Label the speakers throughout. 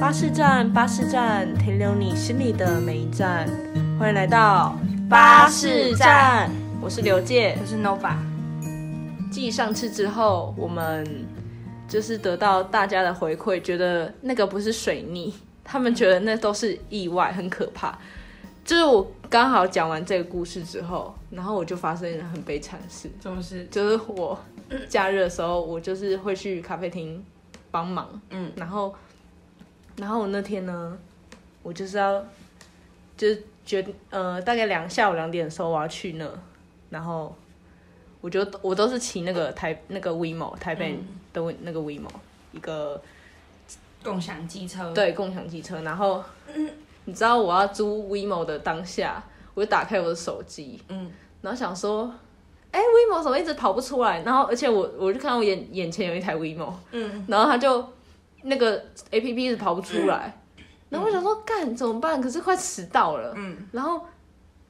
Speaker 1: 巴士站，巴士站，停留你心里的每一站。欢迎来到
Speaker 2: 巴士站，
Speaker 1: 我是刘介。
Speaker 2: 我是 Nova，
Speaker 1: 继上次之后，我们就是得到大家的回馈，觉得那个不是水逆，他们觉得那都是意外，很可怕。就是我刚好讲完这个故事之后，然后我就发生了很悲惨的事，
Speaker 2: 怎么是？
Speaker 1: 就是我假日的时候，我就是会去咖啡厅帮忙，
Speaker 2: 嗯，
Speaker 1: 然后，然后我那天呢，我就是要，就是决呃，大概两下午两点的时候我要去那，然后我就我都是骑那个台那个 WeMo 台北
Speaker 2: 嗯
Speaker 1: 的 We- 那个 WeMo 一个
Speaker 2: 共享机车，，
Speaker 1: 对共享机车，然后你知道我要租 WeMo 的当下，我就打开我的手机，
Speaker 2: 嗯，
Speaker 1: 然后想说。哎，WeMo 怎么一直跑不出来？然后，而且我我就看到我眼眼前有一台 WeMo，
Speaker 2: 嗯，
Speaker 1: 然后他就那个 A P P 一直跑不出来，然后我想说干怎么办？可是快迟到了，
Speaker 2: 嗯，
Speaker 1: 然后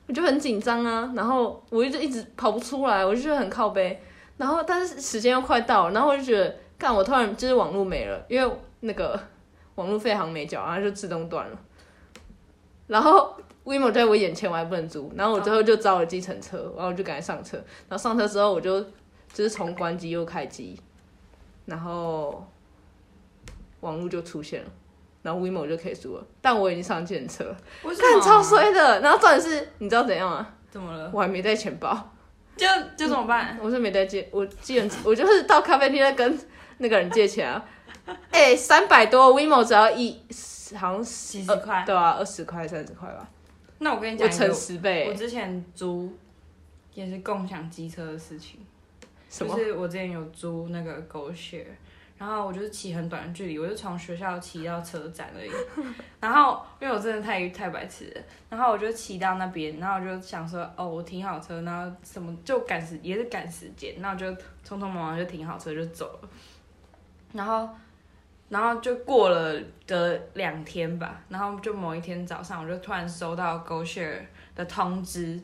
Speaker 1: 我就很紧张啊，然后我就一直跑不出来，我就觉得很靠背，然后但是时间又快到了，然后我就觉得干我突然就是网络没了，因为那个网络费好像没缴，然后就自动断了，然后。WeMo 在我眼前，我还不能租，然后我最后就招了计程车，然后我就赶快上车，然后上车之后我就就是从关机又开机，然后网络就出现了，然后 WeMo 就可以租了，但我已经上计程车了，
Speaker 2: 为什么
Speaker 1: 看
Speaker 2: 啊？
Speaker 1: 超衰的。然后重点是，你知道怎样吗？
Speaker 2: 怎么了？
Speaker 1: 我还没带钱包，
Speaker 2: 就就怎么办？
Speaker 1: 我是没带借，我借人，我就是到咖啡厅在跟那个人借钱啊。哎、三百多，WeMo 只要一好像
Speaker 2: 几
Speaker 1: 十
Speaker 2: 十块
Speaker 1: 对啊，二十块、三十块吧，
Speaker 2: 那我跟你
Speaker 1: 我
Speaker 2: 讲一
Speaker 1: 乘
Speaker 2: 个，
Speaker 1: 十倍、
Speaker 2: 我之前租也是共享机车的事情，
Speaker 1: 什么？
Speaker 2: 就是我之前有租那个 GoShare，然后我就是骑很短的距离，我就从学校骑到车站而已。 然后因为我真的太太白痴了，然后我就骑到那边，然后我就想说，哦，我停好车，然后什么就赶时也是赶时间，那我就匆匆忙忙就停好车就走了。然后，然后就过了的两天吧，然后就某一天早上，我就突然收到 GoShare 的通知。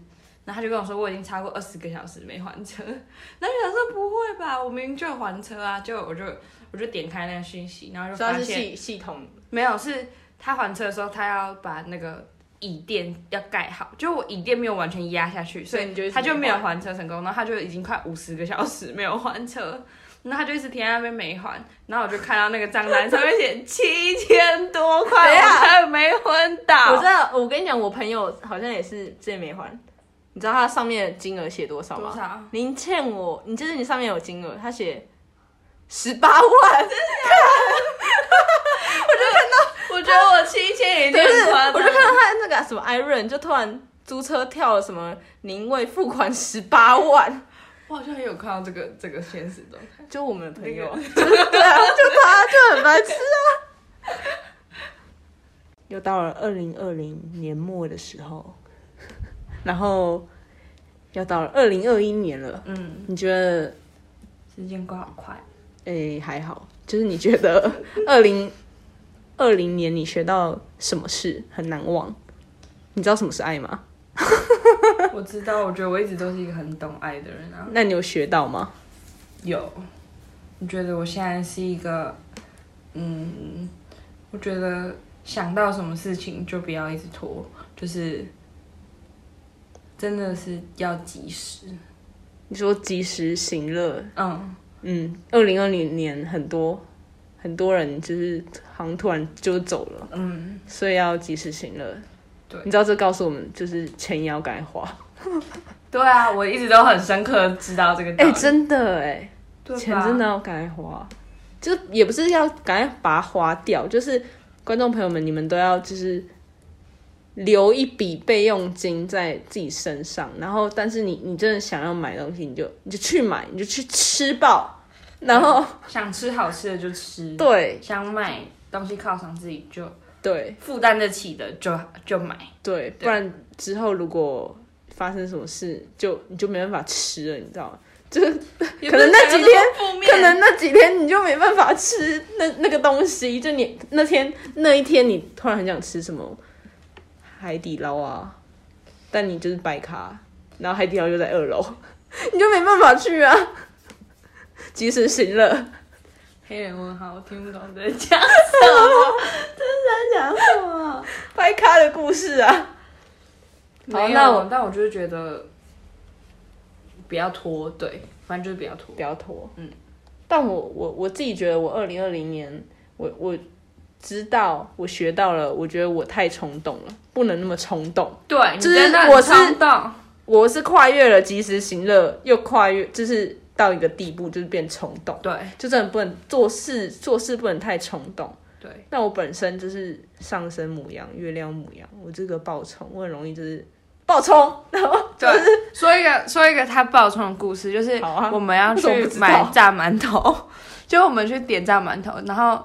Speaker 2: 然后他就跟我说，我已经超过二十个小时没还车， 然后就想说不会吧，我明明就有还车啊，就我就我就点开那个讯息，然后就
Speaker 1: 主要
Speaker 2: 发
Speaker 1: 是
Speaker 2: 现
Speaker 1: 系系统
Speaker 2: 没有，是他还车的时候，他要把那个椅垫要盖好，就我椅垫没有完全压下去，所
Speaker 1: 所以你就一
Speaker 2: 以
Speaker 1: 直
Speaker 2: 他就
Speaker 1: 没
Speaker 2: 没有还车成功，然后他就已经快五十个小时没有还车。然后他就一直停在那边没还，然后我就看到那个账单上面写七千多块，
Speaker 1: 等一下
Speaker 2: 我才没昏
Speaker 1: 我
Speaker 2: 倒
Speaker 1: 知。道，我跟你讲，我朋友好像也是之前没还，你知道他上面的金额写多少吗？
Speaker 2: 多少
Speaker 1: 您欠我，你就是你上面有金额，他写十八 万，
Speaker 2: 我觉得我七千已
Speaker 1: 对
Speaker 2: 经
Speaker 1: 是
Speaker 2: 很
Speaker 1: 我
Speaker 2: 夸
Speaker 1: 就
Speaker 2: 张
Speaker 1: 看。到他那个什么 Iron 就突然租车跳了什么，您未付款十八万，
Speaker 2: 我好像也有看到这个这个现实中，
Speaker 1: 就我们的朋友啊，
Speaker 2: 那
Speaker 1: 就是对啊，就他就很白痴啊。又到了二零二零年末的时候，然后要到了二零二一年了，
Speaker 2: 嗯，
Speaker 1: 你觉得
Speaker 2: 时间过好快。
Speaker 1: 诶、还好，就是你觉得 二零二零年你学到什么事很难忘？你知道什么是爱吗？
Speaker 2: 我知道，我觉得我一直都是一个很懂爱的人啊。
Speaker 1: 那你有学到吗？
Speaker 2: 有，我觉得我现在是一个，嗯，我觉得想到什么事情就不要一直拖，就是真的是要及时。
Speaker 1: 你说及时行乐，
Speaker 2: 嗯，
Speaker 1: 嗯，二零二零年很多很多人就是好像突然就走了，嗯，所以要及时行乐。
Speaker 2: 对
Speaker 1: 你知道这告诉我们就是钱也要赶快花，
Speaker 2: 对啊，我一直都很深刻知道这个道
Speaker 1: 哎、
Speaker 2: 理，
Speaker 1: 真的哎、
Speaker 2: 对吧
Speaker 1: 钱真的要赶快花，就是也不是要赶快把它花掉，就是观众朋友们，你们都要就是留一笔备用金在自己身上，然后但是你你真的想要买东西，你就你就去买，你就去吃爆，然后、
Speaker 2: 想吃好吃的就吃，
Speaker 1: 对
Speaker 2: 想买东西犒赏自己就
Speaker 1: 对
Speaker 2: 负担得起的就就买。
Speaker 1: 对，不然之后如果发生什么事，就你就没办法吃了，你知道吗？就是 可能那几天 可能那几天你就没办法吃那那个东西，就你那天那一天你突然很想吃什么海底捞啊，但你就是白卡，然后海底捞又在二楼，你就没办法去啊。及时行乐，
Speaker 2: 黑人问号，我听不懂在讲什么，真
Speaker 1: 掰咖的故事啊。好，
Speaker 2: 没有
Speaker 1: 那我
Speaker 2: 但我就是觉得不要拖，对，反正就是不要拖。
Speaker 1: 不要拖。
Speaker 2: 嗯，
Speaker 1: 但我我我自己觉得，我二零二零年，我我知道我学到了，我觉得我太冲动了，不能那么冲动。
Speaker 2: 对，
Speaker 1: 就是
Speaker 2: 你真的很
Speaker 1: 我是
Speaker 2: 冲动，
Speaker 1: 我是跨越了及时行乐，又跨越就是到一个地步，就是变冲动，
Speaker 2: 对
Speaker 1: 就真的不能做事，做事不能太冲动。
Speaker 2: 对，
Speaker 1: 那我本身就是上升母羊，月亮母羊，我这个暴冲，我很容易就是暴冲，然后
Speaker 2: 说一个说一个他爆冲的故事，就是
Speaker 1: 好啊
Speaker 2: 我们要
Speaker 1: 为什么
Speaker 2: 去
Speaker 1: 不知道
Speaker 2: 买炸馒头， 就我们去点炸馒头，然后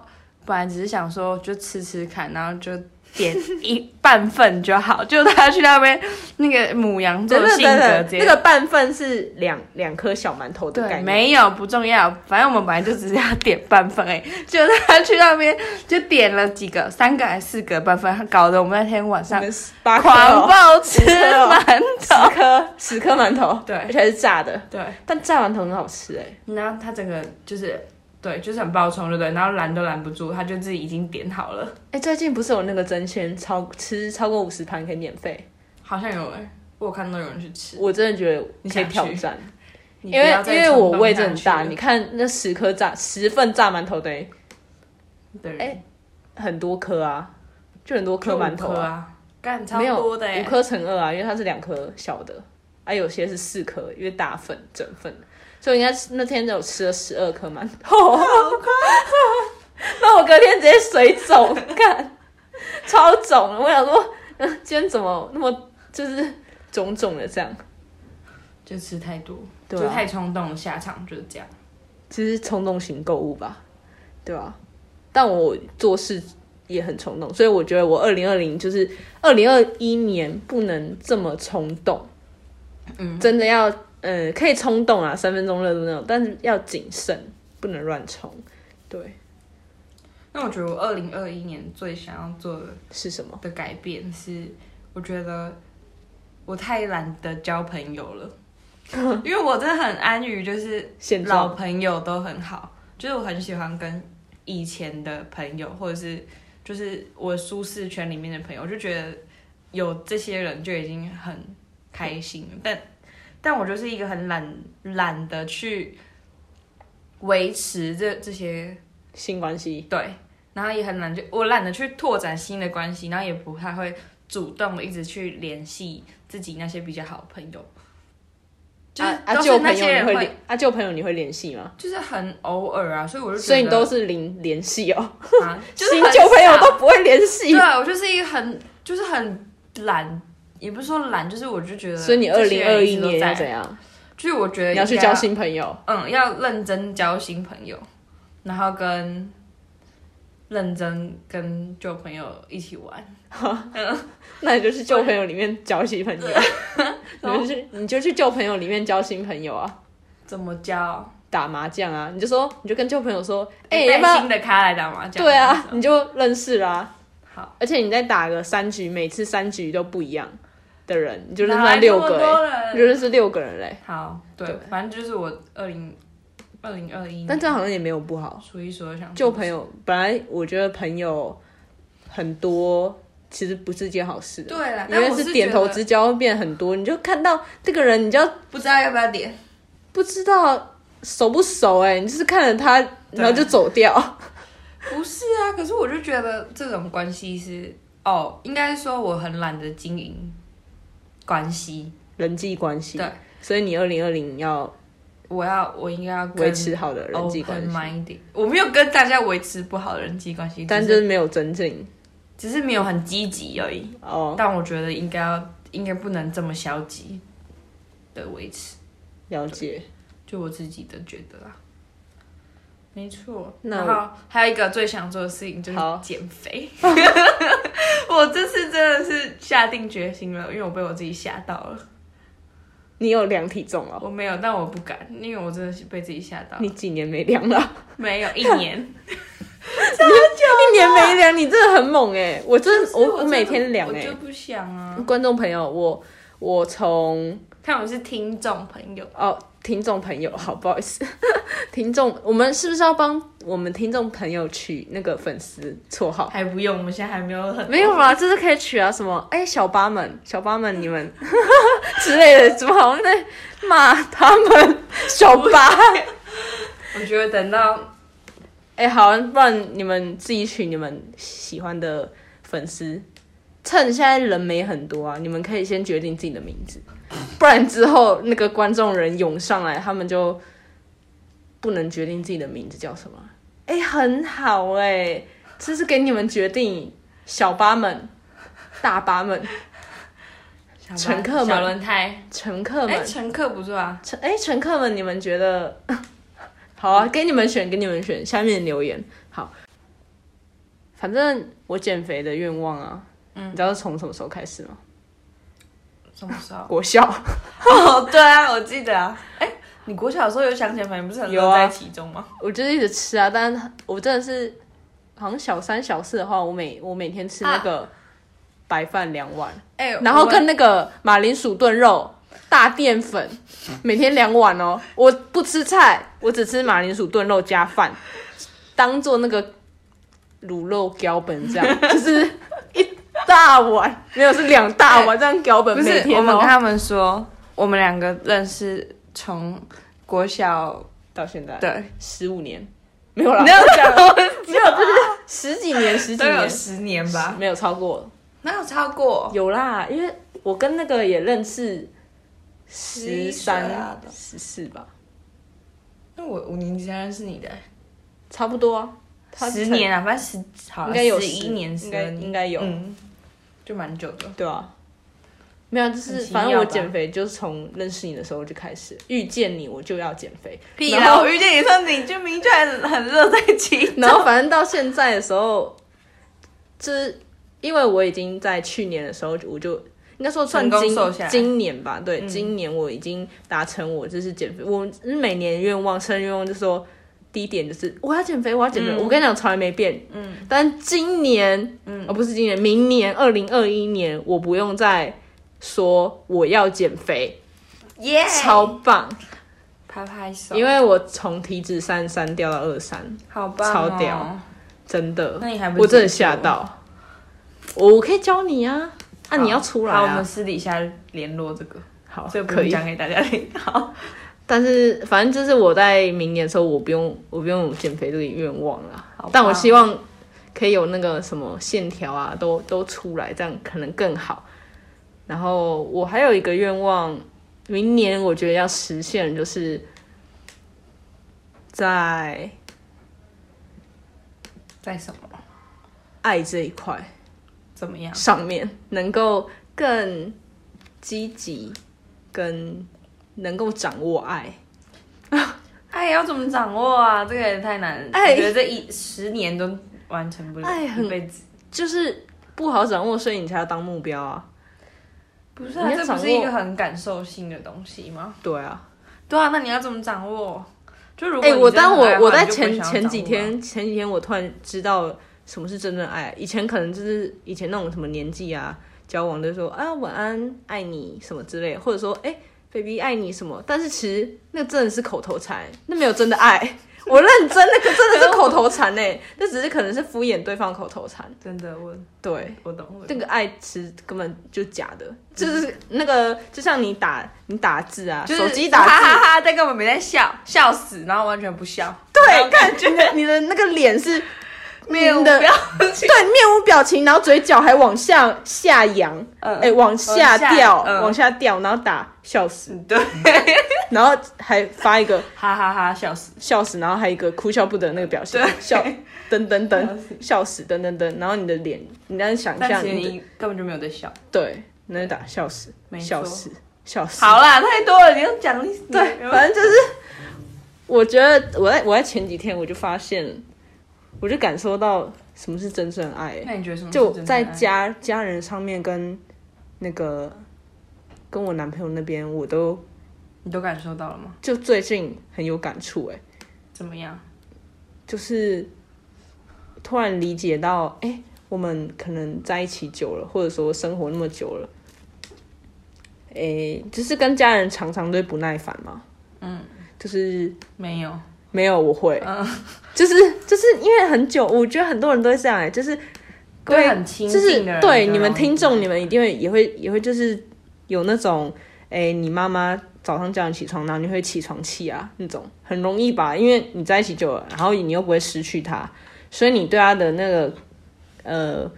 Speaker 2: 本来只是想说就吃吃看，然后就点一半份就好，就他去那边那个母羊座
Speaker 1: 真的
Speaker 2: 性
Speaker 1: 真
Speaker 2: 格
Speaker 1: 的
Speaker 2: 直接
Speaker 1: 那个半份是两两颗小馒头的
Speaker 2: 对，
Speaker 1: 概念，
Speaker 2: 没有不重要，反正我们本来就只是要点半份而已。就他去那边就点了几个，三个还是四个半份，搞得我们那天晚
Speaker 1: 我
Speaker 2: 上
Speaker 1: 们八颗
Speaker 2: 狂
Speaker 1: 哦、
Speaker 2: 暴吃馒
Speaker 1: 十
Speaker 2: 头。
Speaker 1: 颗十颗馒头，
Speaker 2: 对
Speaker 1: 而且还是炸的，
Speaker 2: 对，
Speaker 1: 但炸馒头很好吃哎、
Speaker 2: 然后他整个就是对，就是很暴冲，对不对？然后拦都拦不住，他就自己已经点好了，
Speaker 1: 哎、最近不是有那个真鲜超吃超过五十盘可以免费，
Speaker 2: 好像有哎、我有看到有人去吃，
Speaker 1: 我真的觉得
Speaker 2: 你
Speaker 1: 你可以
Speaker 2: 想
Speaker 1: 挑
Speaker 2: 去
Speaker 1: 战，
Speaker 2: 你
Speaker 1: 因
Speaker 2: 不
Speaker 1: 为
Speaker 2: 要
Speaker 1: 因
Speaker 2: 再
Speaker 1: 为
Speaker 2: 冲
Speaker 1: 我
Speaker 2: 动
Speaker 1: 胃
Speaker 2: 下
Speaker 1: 真的很大，
Speaker 2: 去
Speaker 1: 你看那十颗炸十份炸馒头等于
Speaker 2: 对
Speaker 1: 哎很多颗啊，就很多颗
Speaker 2: 就五
Speaker 1: 馒头
Speaker 2: 颗
Speaker 1: 啊。
Speaker 2: 啊，干超
Speaker 1: 没有
Speaker 2: 多的哎、
Speaker 1: 五颗乘二啊，因为它是两颗小的，啊有些是四颗，因为大份整份，所以我应该是那天有吃了十二颗馒头， 那我隔天直接水肿，看 超肿了，我想说，嗯今天怎么那么就是肿肿的这样？
Speaker 2: 就吃太多，
Speaker 1: 对啊
Speaker 2: 就太冲动了，下场就是这样。
Speaker 1: 其实冲动型购物吧，对吧、但我做事也很冲动，所以我觉得我二零二零就是二零二一年不能这么冲动，嗯，真的要呃可以冲动啊，三分钟热度那种，但是要谨慎，不能乱冲。对，
Speaker 2: 那我觉得我二零二一年最想要做的
Speaker 1: 是什么？
Speaker 2: 的改变是，我觉得我太懒得交朋友 了，因为我真的很安于就是
Speaker 1: 现
Speaker 2: 老
Speaker 1: 状
Speaker 2: 朋友都很好，就是我很喜欢跟以前的朋友或者是就是我舒适圈里面的朋友，我就觉得有这些人就已经很开心了，但但我就是一个很懒懒得去维持这这些
Speaker 1: 新关系，
Speaker 2: 对，然后也很懒，就我懒得去拓展新的关系，然后也不太会主动的一直去联系自己那些比较好的朋友，就是
Speaker 1: 啊啊
Speaker 2: 都
Speaker 1: 旧
Speaker 2: 是
Speaker 1: 朋
Speaker 2: 那
Speaker 1: 友
Speaker 2: 些
Speaker 1: 你
Speaker 2: 人
Speaker 1: 会
Speaker 2: 会，
Speaker 1: 联啊旧朋友你会联系吗？
Speaker 2: 就是很偶尔啊，所以我就觉得，
Speaker 1: 所以你都是零联系哦，
Speaker 2: 啊， 就是
Speaker 1: 新
Speaker 2: 很
Speaker 1: 旧朋友
Speaker 2: 少
Speaker 1: 都不会联系
Speaker 2: 对，啊我就是一个很就是很懒，也不是说懒，就是我就觉得，
Speaker 1: 所以你二零二一年要怎
Speaker 2: 在，
Speaker 1: 样？
Speaker 2: 就是我觉得
Speaker 1: 你要去
Speaker 2: 应该
Speaker 1: 交新朋友，
Speaker 2: 嗯，要认真交新朋友，然后跟认真跟旧朋友一起玩。
Speaker 1: 那你就去旧朋友里面交新朋友， 你就去你就去旧朋友里面交新朋友啊，
Speaker 2: 怎么教？
Speaker 1: 打麻将啊，你就说你就跟旧朋友说，哎、
Speaker 2: 哎、
Speaker 1: 要不
Speaker 2: 带
Speaker 1: 要？
Speaker 2: 新的咖来打麻将？
Speaker 1: 对啊，你就认识啦、
Speaker 2: 好，
Speaker 1: 而且你再打个三局，每次三局都不一样的人，你就认识到
Speaker 2: 哪来
Speaker 1: 六个、
Speaker 2: 这么
Speaker 1: 欸，
Speaker 2: 多人
Speaker 1: 你就认识六个人嘞、
Speaker 2: 好，对，
Speaker 1: 对
Speaker 2: 反正就是我二零二零二一，
Speaker 1: 但这样好像也没有不好。
Speaker 2: 数一数二想
Speaker 1: 旧朋友本来我觉得朋友很多，其实不是件好事、啊。
Speaker 2: 对啦，
Speaker 1: 因为
Speaker 2: 但我
Speaker 1: 是
Speaker 2: 是
Speaker 1: 点
Speaker 2: 觉
Speaker 1: 头
Speaker 2: 得
Speaker 1: 之交会变很多，你就看到这个人，你就要
Speaker 2: 不知道要不要点，
Speaker 1: 不知道熟不熟哎、你就是看着他，然后就走掉。
Speaker 2: 不是啊，可是我就觉得这种关系是哦，应该说我很懒得经营关系，
Speaker 1: 人际关系，
Speaker 2: 对，
Speaker 1: 所以你二零二零要
Speaker 2: 我要我应该要跟
Speaker 1: 维持好的人际关
Speaker 2: open
Speaker 1: 系，
Speaker 2: minded，我没有跟大家维持不好的人际关系，
Speaker 1: 但
Speaker 2: 只
Speaker 1: 就是是没有增进
Speaker 2: 只是没有很积极而已。
Speaker 1: 哦。
Speaker 2: 但我觉得应该要应该不能这么消极的维持，
Speaker 1: 了解，
Speaker 2: 就我自己的觉得啊。没错，
Speaker 1: 那
Speaker 2: 然后还有一个最想做的事情就是
Speaker 1: 好
Speaker 2: 减肥。 我这次真的是下定决心了，因为我被我自己吓到了。
Speaker 1: 你有量体重哦？
Speaker 2: 我没有，但我不敢，因为我真的是被自己吓到了。
Speaker 1: 你几年没量了？
Speaker 2: 没有一年，
Speaker 1: 一年没 量，你真的很猛哎、我真的
Speaker 2: 我
Speaker 1: 我每天量
Speaker 2: 我
Speaker 1: 哎、
Speaker 2: 就不想啊。
Speaker 1: 观众朋友，我我从
Speaker 2: 看我们是听众朋友，
Speaker 1: 哦，听众朋友，好，不好意思， 听众，我们是不是要帮我们听众朋友取那个粉丝绰号？
Speaker 2: 还不用，我们现在还没有很
Speaker 1: 没有啊，这是可以取啊，什么哎、小八们，小八们，你们 之类的，怎么好像在骂他们小八？
Speaker 2: 我觉得等到
Speaker 1: 哎、好，不然你们自己取你们喜欢的粉丝，趁现在人没很多啊，你们可以先决定自己的名字，不然之后那个观众人涌上来，他们就不能决定自己的名字叫什么。哎、很好哎、这是给你们决定，小巴们、大巴们、
Speaker 2: 小巴
Speaker 1: 乘客们
Speaker 2: 小轮胎，
Speaker 1: 乘客们
Speaker 2: 哎，，乘客不错啊，
Speaker 1: 乘哎、乘客们，你们觉得？好啊，给你们选，给你们选，下面留言好。反正我减肥的愿望啊，你知道是从什么时候开始吗？
Speaker 2: 什么时候？
Speaker 1: 国校
Speaker 2: 哦，对啊，我记得啊，哎，你国小的时候有想减肥，你不是很
Speaker 1: 有
Speaker 2: 乐
Speaker 1: 啊
Speaker 2: 在其中吗？
Speaker 1: 我就是一直吃啊，但是我真的是，好像小三小四的话，我每我每天吃那个白饭两碗，
Speaker 2: 哎，
Speaker 1: 然后
Speaker 2: 我
Speaker 1: 跟那个马铃薯炖肉、大淀粉，每天两碗哦。我不吃菜，我只吃马铃薯炖肉加饭，当做那个卤肉标本这 样，就是一大碗，没有是两大 碗这样标本
Speaker 2: 不
Speaker 1: 每
Speaker 2: 是，
Speaker 1: 天
Speaker 2: 我们
Speaker 1: 哦
Speaker 2: 跟。他们说，我们两个认识从国小
Speaker 1: 到现在
Speaker 2: 对
Speaker 1: 十五年没有啦，
Speaker 2: 没有
Speaker 1: 讲， 没有就是十几年十几
Speaker 2: 都有
Speaker 1: 年
Speaker 2: 十年吧，
Speaker 1: 没有超过，
Speaker 2: 哪有超过？
Speaker 1: 有啦，因为我跟那个也认识十
Speaker 2: 11岁啊
Speaker 1: 三十四吧，
Speaker 2: 那我五年级才认识你的，
Speaker 1: 差不多啊，他
Speaker 2: 十年啊，反正十好啊
Speaker 1: 应该有
Speaker 2: 十一年，
Speaker 1: 应
Speaker 2: 十
Speaker 1: 该
Speaker 2: 二年
Speaker 1: 应该有
Speaker 2: 嗯，就蛮久的。
Speaker 1: 对啊，没有啊，就是
Speaker 2: 很奇妙
Speaker 1: 反正我
Speaker 2: 吧
Speaker 1: 减肥就是从认识你的时候就开始，遇见你我就要减肥，
Speaker 2: 屁啊
Speaker 1: 然
Speaker 2: 啦！
Speaker 1: 后
Speaker 2: 我遇见你的时候，你就明确很很乐在其中。
Speaker 1: 然后反正到现在的时候，就是因为我已经在去年的时候我就。应该说算
Speaker 2: 成功
Speaker 1: 今
Speaker 2: 瘦下来嗯
Speaker 1: 今年吧，对，今年我已经达成我就是减肥，我每年愿望生日愿望就说第一点就是我要减肥，我要
Speaker 2: 嗯
Speaker 1: 减肥，我跟你讲从来没变，嗯，但今年，嗯，哦不是今年，明年二零二一年我不用再说我要减肥，
Speaker 2: 耶
Speaker 1: 超棒，
Speaker 2: 拍拍手，
Speaker 1: 因为我从体脂三三掉到二三，
Speaker 2: 好棒、哦，
Speaker 1: 超屌！真的
Speaker 2: 那，你还不
Speaker 1: 我真的
Speaker 2: 自己做
Speaker 1: 吓到。我可以教你啊，啊你要出来
Speaker 2: 好，我们
Speaker 1: 啊，
Speaker 2: 私底下联络这个，
Speaker 1: 好，
Speaker 2: 这个不
Speaker 1: 可
Speaker 2: 用
Speaker 1: 以。
Speaker 2: 讲给大家 听。好，
Speaker 1: 但是反正就是我在明年的时候，我不用我不用有减肥这个愿望啦
Speaker 2: 好棒，
Speaker 1: 但我希望可以有那个什么线条啊，都都出来，这样可能更好。然后我还有一个愿望，明年我觉得要实现，就是在
Speaker 2: 在什么？
Speaker 1: 爱这一块
Speaker 2: 怎么样？
Speaker 1: 上面能够更积极，跟能够掌握爱。
Speaker 2: 爱哎要怎么掌握啊？这个也太难了。
Speaker 1: 爱
Speaker 2: 我觉得这一十年都完成不了，
Speaker 1: 爱哎很
Speaker 2: 一辈子
Speaker 1: 就是不好掌握，所以你才要当目标啊。
Speaker 2: 不是、啊，
Speaker 1: 你要
Speaker 2: 这
Speaker 1: 掌
Speaker 2: 不
Speaker 1: 握
Speaker 2: 是一个很感受性的东西吗？
Speaker 1: 对啊，
Speaker 2: 对啊，那你要怎么掌握？就如果
Speaker 1: 哎、
Speaker 2: 你
Speaker 1: 我
Speaker 2: 真的
Speaker 1: 当
Speaker 2: 很爱的
Speaker 1: 我
Speaker 2: 话
Speaker 1: 我在
Speaker 2: 你就不会
Speaker 1: 前
Speaker 2: 想要
Speaker 1: 前
Speaker 2: 掌
Speaker 1: 几
Speaker 2: 握啊
Speaker 1: 天前几天我突然知道什么是真正爱，以前可能就是以前那种什么年纪啊交往就说啊晚安爱你什么之类，或者说哎、baby 爱你什么，但是其实那真的是口头禅，那没有真的爱。我认真，那个真的是口头禅哎、那只是可能是敷衍对方口头禅。
Speaker 2: 真的我
Speaker 1: 对，
Speaker 2: 我懂我懂
Speaker 1: 那个爱其实根本就假的，就是那个就像你打你打字啊，
Speaker 2: 就是
Speaker 1: 手机打字
Speaker 2: 哈哈哈，但根本没在笑，笑死，然后完全不笑，
Speaker 1: 对，感觉你的那个脸是
Speaker 2: 没有
Speaker 1: 你的
Speaker 2: 不要
Speaker 1: 对面无表情，然后嘴角还往下下扬，哎、
Speaker 2: 嗯
Speaker 1: 往下掉，
Speaker 2: 往下嗯
Speaker 1: 往下掉，然后打笑死，
Speaker 2: 对，
Speaker 1: 然后还发一个
Speaker 2: 哈哈哈，笑死，
Speaker 1: 笑死，然后还有一个哭笑不得的那个表情，笑等等等，笑死等等等，然后你的脸，你在想
Speaker 2: 但
Speaker 1: 象
Speaker 2: 其实
Speaker 1: 你的
Speaker 2: 你根本就没有在笑。
Speaker 1: 对，那就打笑死，
Speaker 2: 没错
Speaker 1: 笑死，笑死，
Speaker 2: 好啦，太多了，你要奖励
Speaker 1: 对，
Speaker 2: 正
Speaker 1: 反正就是，我觉得我在我在前几天我就发现，我就感受到什么是真正爱、欸
Speaker 2: 那你觉得什么是
Speaker 1: 就
Speaker 2: 真正的爱？
Speaker 1: 在家家人上面跟那个跟我男朋友那边，我都
Speaker 2: 你都感受到了吗？
Speaker 1: 就最近很有感触哎、
Speaker 2: 怎么样？
Speaker 1: 就是突然理解到，哎、我们可能在一起久了，或者说生活那么久了，诶、就是跟家人常常对不耐烦嘛。嗯，就是
Speaker 2: 没有，
Speaker 1: 没有，我会，就是就是因为很久，我觉得很多人都会这样哎、就是各位
Speaker 2: 对很亲
Speaker 1: 就
Speaker 2: 近
Speaker 1: 是
Speaker 2: 的人，
Speaker 1: 对你们听众，你们一定会也会也会就是有那种，哎、你妈妈早上叫你起床，然后你会起床气啊，那种很容易吧？因为你在一起久了，然后你又不会失去她，所以你对她的那个呃，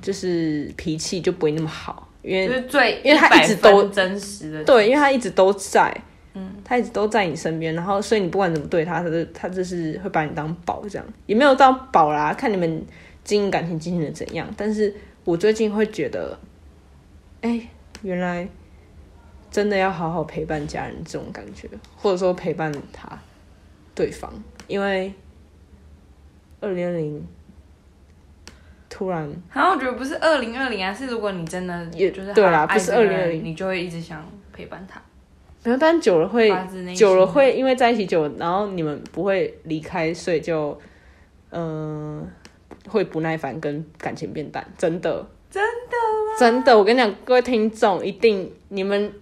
Speaker 1: 就是脾气就不会那么好，因
Speaker 2: 就
Speaker 1: 为
Speaker 2: 是最
Speaker 1: 因为他一直都
Speaker 2: 100%真实的，
Speaker 1: 对，因为她一直都在。嗯，他一直都在你身边，然后所以你不管怎么对她，她就她就是会把你当宝这样，也没有当宝啦，看你们经营感情经营的怎样。但是我最近会觉得，哎、原来真的要好好陪伴家人这种感觉，或者说陪伴他对方，因为二零零突然
Speaker 2: 然后我觉得不是二零二零啊，是如果你真的
Speaker 1: 也
Speaker 2: 就是
Speaker 1: 对啦
Speaker 2: 很爱
Speaker 1: 不是
Speaker 2: 这个人
Speaker 1: 2020
Speaker 2: 你就会一直想陪伴他，
Speaker 1: 没有，但久了会
Speaker 2: 发自内心
Speaker 1: 久了会因为在一起久了，然后你们不会离开，所以就，嗯、会不耐烦跟感情变淡，真的，真的，真的，我跟你讲，各位听众，一定你们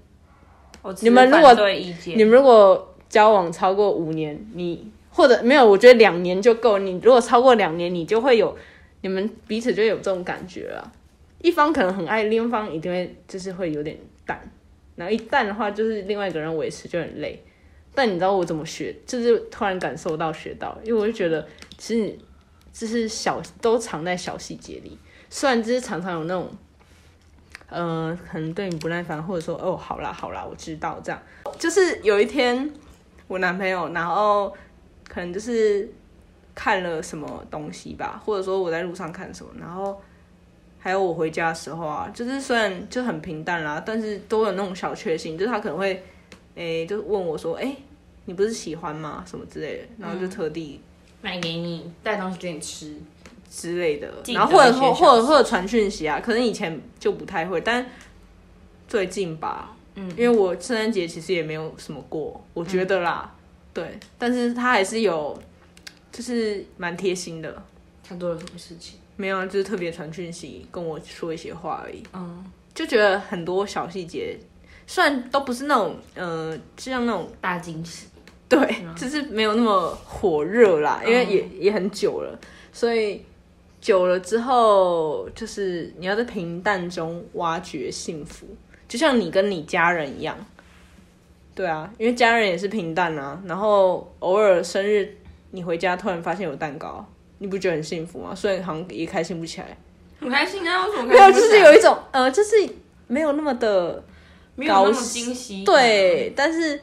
Speaker 2: 我持
Speaker 1: 你们如果
Speaker 2: 反对意见，
Speaker 1: 你们如果交往超过五年，你或者没有，我觉得两年就够。你如果超过两年，你就会有你们彼此就有这种感觉了。一方可能很爱，另一方一定会就是会有点淡，然后一淡的话，就是另外一个人维持就很累。但你知道我怎么学？就是突然感受到学到，因为我就觉得其实就是小都藏在小细节里，虽然就是常常有那种。呃，可能对你不耐烦，或者说哦，好啦好啦，我知道这样。就是有一天，我男朋友，然后可能就是看了什么东西吧，或者说我在路上看什么，然后还有我回家的时候啊，就是虽然就很平淡啦，但是都有那种小确幸，就是他可能会，诶、就问我说，诶、你不是喜欢吗？什么之类的，然后就特地
Speaker 2: 买给你，带东西给你吃，
Speaker 1: 之类的，
Speaker 2: 记得
Speaker 1: 然后或者
Speaker 2: 一些小
Speaker 1: 或或者
Speaker 2: 事
Speaker 1: 或者传讯息啊，可能以前就不太会，但最近吧，嗯，因为我圣诞节其实也没有什么过，我
Speaker 2: 嗯
Speaker 1: 觉得啦，对，但是他还是有，就是蛮贴心的，
Speaker 2: 他做了什么事情？
Speaker 1: 没有啊，就是特别传讯息跟我说一些话而已，
Speaker 2: 嗯，
Speaker 1: 就觉得很多小细节，虽然都不是那种，呃，就像那种
Speaker 2: 大 惊喜，
Speaker 1: 对，
Speaker 2: 嗯
Speaker 1: 就是没有那么火热啦，因为也、也很久了，所以久了之后，就是你要在平淡中挖掘幸福，就像你跟你家人一样。对啊，因为家人也是平淡啊，然后偶尔生日你回家突然发现有蛋糕，你不觉得很幸福吗？虽然好像也开心不起来，
Speaker 2: 很开心啊，为什么
Speaker 1: 没有，就是有一种呃，就是没有那么的
Speaker 2: 没有那
Speaker 1: 高
Speaker 2: 么
Speaker 1: 兴
Speaker 2: 惊喜，，
Speaker 1: 对，但是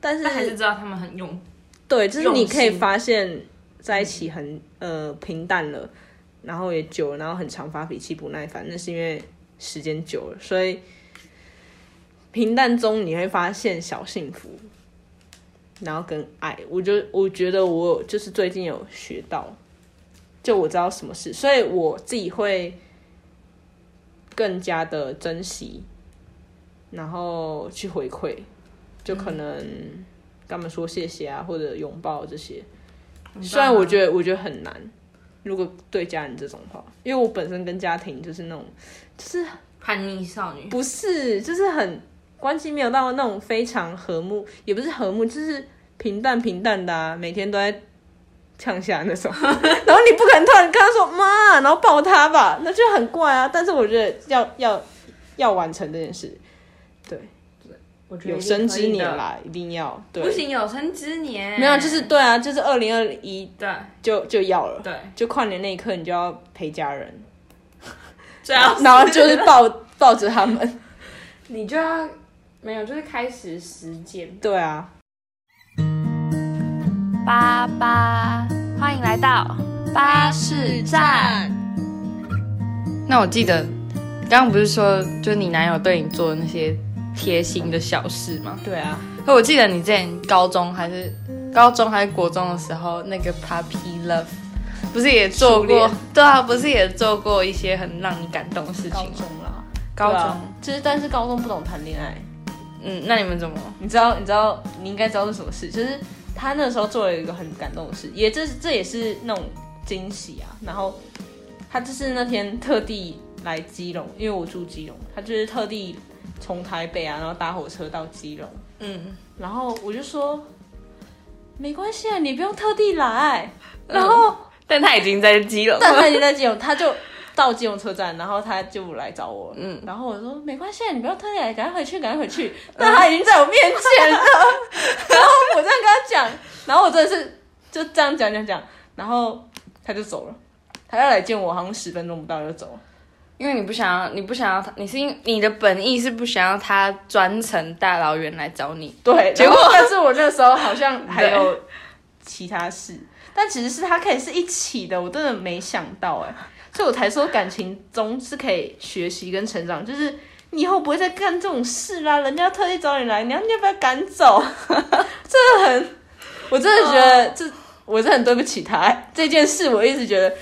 Speaker 1: 但是
Speaker 2: 但还是知道他们很用，
Speaker 1: 对，就是你
Speaker 2: 用
Speaker 1: 可以
Speaker 2: 心
Speaker 1: 发现在一起很呃平淡了，然后也久了，然后很常发脾气、不耐烦，那是因为时间久了，所以平淡中你会发现小幸福，然后跟爱。我就我觉得我有就是最近有学到，就我知道什么事，所以我自己会更加的珍惜，然后去回馈，就可能。跟他们说谢谢啊，或者拥抱这些。
Speaker 2: 啊
Speaker 1: 虽然我觉得我觉得很难，如果对家人这种话，因为我本身跟家庭就是那种，就是
Speaker 2: 得叛逆少女，
Speaker 1: 不是就是很关系没有到那种非常和睦，也不是和睦，就是平淡平淡的啊，每天都在呛下那 种。然后你不可能突然跟他说妈，然后抱他吧，那就很怪啊。但是我觉得要要要完成这件事，
Speaker 2: 我觉得
Speaker 1: 有
Speaker 2: 一定可
Speaker 1: 生
Speaker 2: 以
Speaker 1: 之年
Speaker 2: 的，
Speaker 1: 啦，一定要对
Speaker 2: 不。行，欸有生之年，
Speaker 1: 没有，就是对啊，就是二零二一
Speaker 2: 对
Speaker 1: 就就要了。
Speaker 2: 对，
Speaker 1: 就跨年那一刻，你就要陪家人，
Speaker 2: 最好
Speaker 1: 然后就是抱抱着他们。
Speaker 2: 你就要没有，就是开始实践
Speaker 1: 对啊，
Speaker 2: 八八，欢迎来到巴士站。那我记得刚刚不是说，就是你男友对你做的那些贴心的小事吗？
Speaker 1: 对啊，
Speaker 2: 可我记得你之前高中还是高中还是国中的时候，那个 Puppy Love 不是也做
Speaker 1: 初恋
Speaker 2: 过？对啊，不是也做过一些很让你感动的事情吗？
Speaker 1: 啦，
Speaker 2: 高中，啊
Speaker 1: 就是但是高中不懂谈恋爱，
Speaker 2: 嗯，那你们怎么？
Speaker 1: 你知道你知道你应该知道是什么事，就是他那时候做了一个很感动的事，也这这也是那种惊喜啊。然后他就是那天特地来基隆，因为我住基隆，他就是特地从台北啊，然后搭火车到基隆，
Speaker 2: 嗯，
Speaker 1: 然后我就说没关系啊，你不用特地来。然后
Speaker 2: 但他已经在基 隆，
Speaker 1: 但他已经在基隆，他就到基隆车站，然后他就来找我，
Speaker 2: 嗯，
Speaker 1: 然后我说没关系，你不要特地来，赶快回去，赶快回去。但他已经在我面前 了，然后我这样跟他讲，然后我真的是就这样讲讲讲，然后他就走了，他要来见我，好像十分钟不到就走了。
Speaker 2: 因为你不想要，你不想要他，你是因你的本意是不想要他专程大老远来找你，哦
Speaker 1: 对，
Speaker 2: 结
Speaker 1: 结
Speaker 2: 果
Speaker 1: 果但是我那时候好 像还有其他事，但其实是他可以是一起的，我真的没想到哎、所以我才说感情中是可以学习跟成长，就是你以后不会再干这种事啦，人家特地找你来，你要你要不要赶走？ 真的很，我真的觉得这我是很对不起他、哎这件事，我一直觉得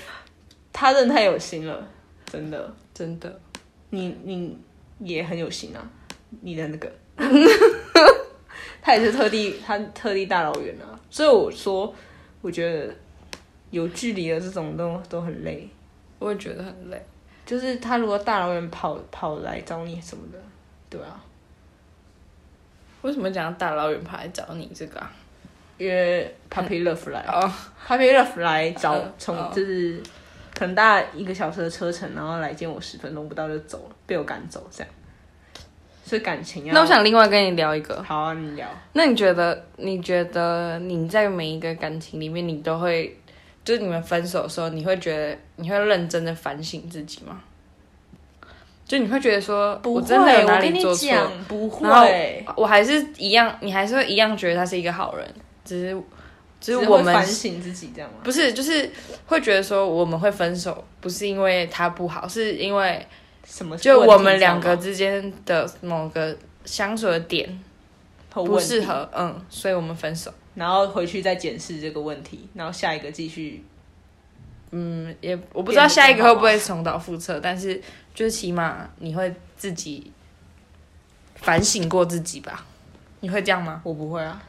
Speaker 1: 他真的太有心了，真的，
Speaker 2: 真的。
Speaker 1: 你你也很有心啊，你的那个， 他也是特地他特地大老远啊，所以我说，我觉得有距离的这种都都很累，
Speaker 2: 我也觉得很累，
Speaker 1: 就是他如果大老远跑跑来找你什么的，对啊，
Speaker 2: 为什么讲大老远跑来找你这个啊？
Speaker 1: 约 Puppy Love 来、
Speaker 2: 哦，
Speaker 1: p u p p y Love 来找
Speaker 2: 嗯
Speaker 1: 从、
Speaker 2: 哦
Speaker 1: 就是可能大概一个小时的车程，然后来见我十分钟不到就走了，被我赶走这样，所以感情要
Speaker 2: 那我想另外跟你聊一个，
Speaker 1: 好啊，你聊。
Speaker 2: 那你觉得，你觉得你在每一个感情里面，你都会，就是你们分手的时候，你会觉得，你会认真的反省自己吗？就你会觉得说，
Speaker 1: 不
Speaker 2: 我
Speaker 1: 会，
Speaker 2: 真的有哪
Speaker 1: 跟
Speaker 2: 里
Speaker 1: 你
Speaker 2: 做错？
Speaker 1: 讲，不
Speaker 2: 然后
Speaker 1: 会，
Speaker 2: 我还是一样，你还是会一样觉得他是一个好人，只是，只是
Speaker 1: 会
Speaker 2: 我们
Speaker 1: 反省自己这样吗？
Speaker 2: 不是，就是会觉得说我们会分手，不是因为他不好，是因为
Speaker 1: 什么
Speaker 2: 就
Speaker 1: 问题
Speaker 2: 我们两个
Speaker 1: 知道吗
Speaker 2: 之间的某个相处的点
Speaker 1: 和
Speaker 2: 不
Speaker 1: 问题
Speaker 2: 适，合，嗯，所以我们分手。
Speaker 1: 然后回去再检视这个问题，然后下一个继续。
Speaker 2: 嗯，也我不知道下一个会不会重蹈覆辙，但是就是起码你会自己反省过自己吧？你会这样吗？
Speaker 1: 我不会啊，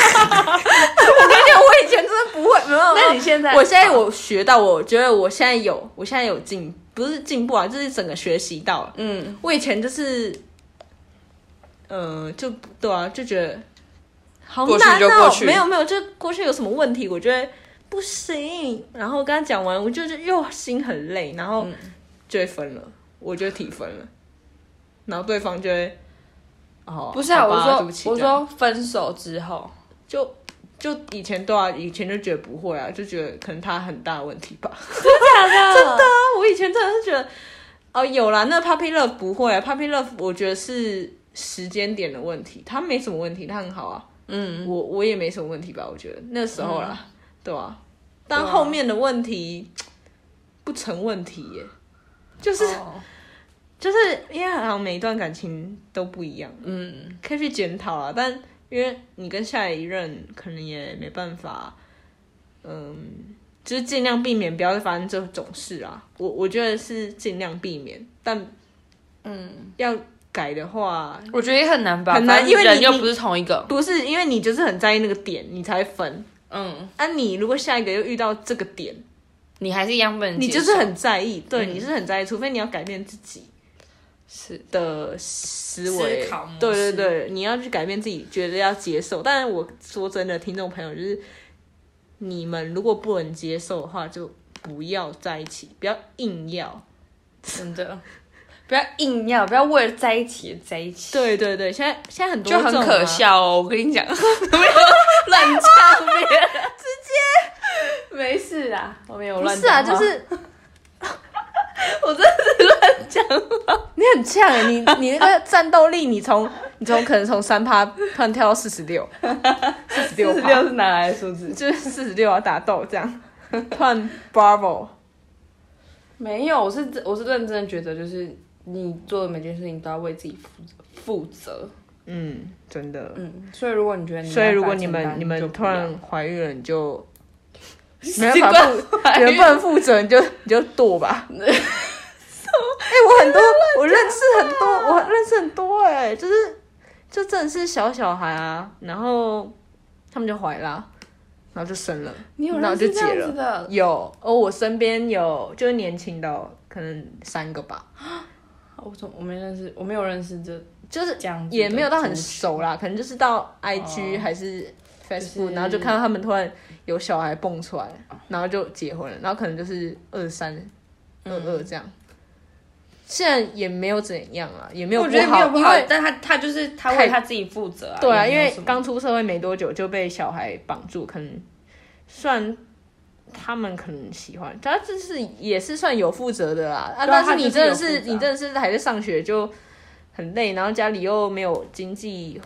Speaker 1: 我跟你讲，我以前真的不会，没有。
Speaker 2: 那你现在
Speaker 1: 我现在我学到，我觉得我现在有，我现在有进，不是进步啊，就是整个学习到了。
Speaker 2: 嗯，
Speaker 1: 我以前就是，呃，就不对啊，就觉得好
Speaker 2: 过去
Speaker 1: 难
Speaker 2: 就
Speaker 1: 哦、
Speaker 2: 过去
Speaker 1: 没有没有，就过去有什么问题，我觉得不行。然后跟他讲完，我就是又心很累，然后
Speaker 2: 嗯
Speaker 1: 就会分了，我就提分了，然后对方就会，哦，
Speaker 2: 不是啊，
Speaker 1: 好吧
Speaker 2: 我
Speaker 1: 对不起
Speaker 2: 说我
Speaker 1: 这样
Speaker 2: 说分手之后，
Speaker 1: 就。就以前对啊，以前就觉得不会啊，就觉得可能他很大的问题吧。
Speaker 2: 真的
Speaker 1: 啊，我以前真的是觉得，哦，有啦，那 Puppy Love 不会啊，Puppy Love 我觉得是时间点的问题，他没什么问题，他很好啊，
Speaker 2: 嗯，
Speaker 1: 我我也没什么问题吧，我觉得那时候啦，对啊，
Speaker 2: 对啊
Speaker 1: 但后面的问题不成问题耶，就是、
Speaker 2: 哦
Speaker 1: 就是因为好像每一段感情都不一样，
Speaker 2: 嗯，
Speaker 1: 可以去检讨啊，但因为你跟下一任可能也没办法，嗯，就是尽量避免不要再发生这种事啊。我我觉得是尽量避免，但嗯，要改的话，
Speaker 2: 我觉得也很难吧，
Speaker 1: 很难
Speaker 2: 反正
Speaker 1: 因为你
Speaker 2: 人又
Speaker 1: 你
Speaker 2: 不是同一个，
Speaker 1: 不是因为你就是很在意那个点，你才分。
Speaker 2: 嗯，
Speaker 1: 啊，你如果下一个又遇到这个点，
Speaker 2: 你还是一样不能
Speaker 1: 你
Speaker 2: 接
Speaker 1: 就是
Speaker 2: 受
Speaker 1: 很在意，对，
Speaker 2: 嗯
Speaker 1: 你是很在意，除非你要改变自己
Speaker 2: 是
Speaker 1: 的思维
Speaker 2: 思考模，式
Speaker 1: 对对对，你要去改变自己，觉得要接受。但是我说真的，听众朋友，就是你们如果不能接受的话，就不要在一起，不要硬要。
Speaker 2: 真的， 不要硬要，不要为了在一起而在一起，
Speaker 1: 对对对，现在现在很多、啊
Speaker 2: 就很可，笑哦。我跟 你讲，没有乱唱别人，直接没事啊，我没有
Speaker 1: 不
Speaker 2: 乱
Speaker 1: 是啊，
Speaker 2: 讲
Speaker 1: 就
Speaker 2: 话
Speaker 1: 是。我真的是乱讲话，你很 呛，你你那个战斗力，你从你从可能从三趴突然跳到四十六，四十六
Speaker 2: 四十六是哪来的数字？
Speaker 1: 就是四十六啊，打斗这样，突然 bravo，
Speaker 2: 没有，我是真我是认真的觉得，就是你做的每件事情都要为自己负责负责。
Speaker 1: 嗯，真的。
Speaker 2: 嗯，所以如果你觉得你
Speaker 1: 所以如果你
Speaker 2: 没办
Speaker 1: 们
Speaker 2: 法
Speaker 1: 你们
Speaker 2: 承担就
Speaker 1: 突
Speaker 2: 不要
Speaker 1: 然怀孕了，你就没
Speaker 2: 习
Speaker 1: 办法
Speaker 2: 惯
Speaker 1: 负，你们不能负责，你就你就剁吧。哎、我很多，我认识很多，我认识很多哎、就是就真的是小小孩啊，然后他们就怀啦，然后就生了，
Speaker 2: 你有
Speaker 1: 然后就
Speaker 2: 认识
Speaker 1: 结
Speaker 2: 这样
Speaker 1: 了
Speaker 2: 子。的，
Speaker 1: 有，哦，我身边有就是年轻的哦，可能三个吧，
Speaker 2: 我怎么我没认识，我没有认识这
Speaker 1: 就是
Speaker 2: 这样子的
Speaker 1: 也没有到很
Speaker 2: 族群
Speaker 1: 熟啦，可能就是到 IG
Speaker 2: 哦
Speaker 1: 还是
Speaker 2: 就
Speaker 1: Facebook，、
Speaker 2: 是
Speaker 1: 然后就看到他们突然有小孩蹦出来，
Speaker 2: 哦
Speaker 1: 然后就结婚了，然后可能就是二三、二
Speaker 2: 嗯
Speaker 1: 二这样。现在也没有怎样啊，也没有
Speaker 2: 我觉得
Speaker 1: 不
Speaker 2: 没有
Speaker 1: 好，
Speaker 2: 不
Speaker 1: 因
Speaker 2: 好
Speaker 1: 为，
Speaker 2: 但他他就是他
Speaker 1: 太
Speaker 2: 为他自己负责啊。
Speaker 1: 对啊，
Speaker 2: 也
Speaker 1: 因
Speaker 2: 没有
Speaker 1: 为
Speaker 2: 什么
Speaker 1: 刚出社会没多久就被小孩绑住，可能虽然他们可能喜欢，他这是也是算有负责的啦啊，
Speaker 2: 对啊
Speaker 1: 但是你真的
Speaker 2: 他就是
Speaker 1: 是
Speaker 2: 有负责
Speaker 1: 你真的是还在上学就很累，然后家里又没有经济，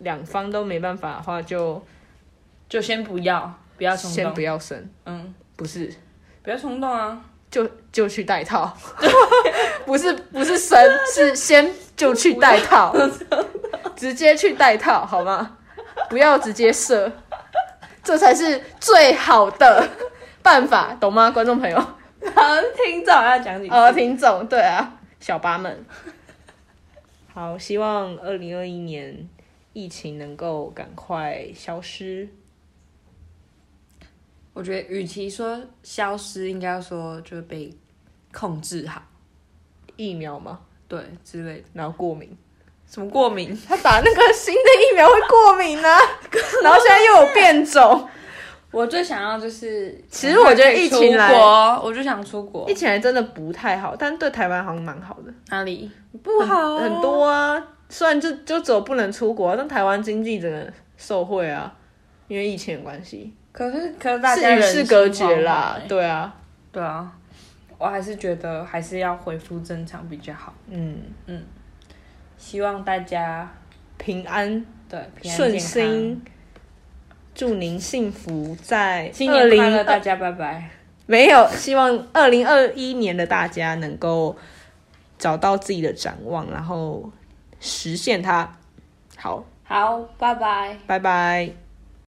Speaker 1: 两方都没办法的话，就
Speaker 2: 就先不要，不要冲
Speaker 1: 先
Speaker 2: 动
Speaker 1: 不，要生，
Speaker 2: 嗯，
Speaker 1: 不是
Speaker 2: 不要冲动啊。
Speaker 1: 就就去戴套， 不是不是 生，是先就去戴 套，直接去戴套好吗？不要直接射，这才是最好的办法，懂吗，观众朋 友？
Speaker 2: 好，听早要讲几次？
Speaker 1: 呃，听总，对啊，小八们，好，希望二零二一年疫情能够赶快消失。
Speaker 2: 我觉得，与其说消失，应该要说就是被控制好，
Speaker 1: 疫苗吗？
Speaker 2: 对之类的。
Speaker 1: 然后过敏，
Speaker 2: 什么过敏？
Speaker 1: 他打那个新的疫苗会过敏呢、 然后现在又有变种。
Speaker 2: 我最想要就是，
Speaker 1: 其实我觉得疫情来
Speaker 2: 出国，我就想出国
Speaker 1: 疫。情还真的不太好，但对台湾好像蛮好的，
Speaker 2: 哪里不好、哦
Speaker 1: 很。多啊。虽然就就只有不能出国，但台湾经济真的受惠啊，因为疫情的关系，
Speaker 2: 可是可是大
Speaker 1: 是
Speaker 2: 家
Speaker 1: 与
Speaker 2: 人
Speaker 1: 世
Speaker 2: 心
Speaker 1: 隔绝
Speaker 2: 惶惶
Speaker 1: 啦
Speaker 2: 欸。
Speaker 1: 对啊，
Speaker 2: 对啊，我还是觉得还是要恢复正常比较好。
Speaker 1: 嗯，
Speaker 2: 希望大家
Speaker 1: 平安
Speaker 2: 对平安
Speaker 1: 顺
Speaker 2: 健康
Speaker 1: 心，祝您幸福在
Speaker 2: 新
Speaker 1: 二
Speaker 2: 年快乐，
Speaker 1: 零
Speaker 2: 大家拜拜。
Speaker 1: 没有希望二零二一年的大家能够找到自己的展望，然后实现它。好，
Speaker 2: 好，拜拜。
Speaker 1: 拜拜。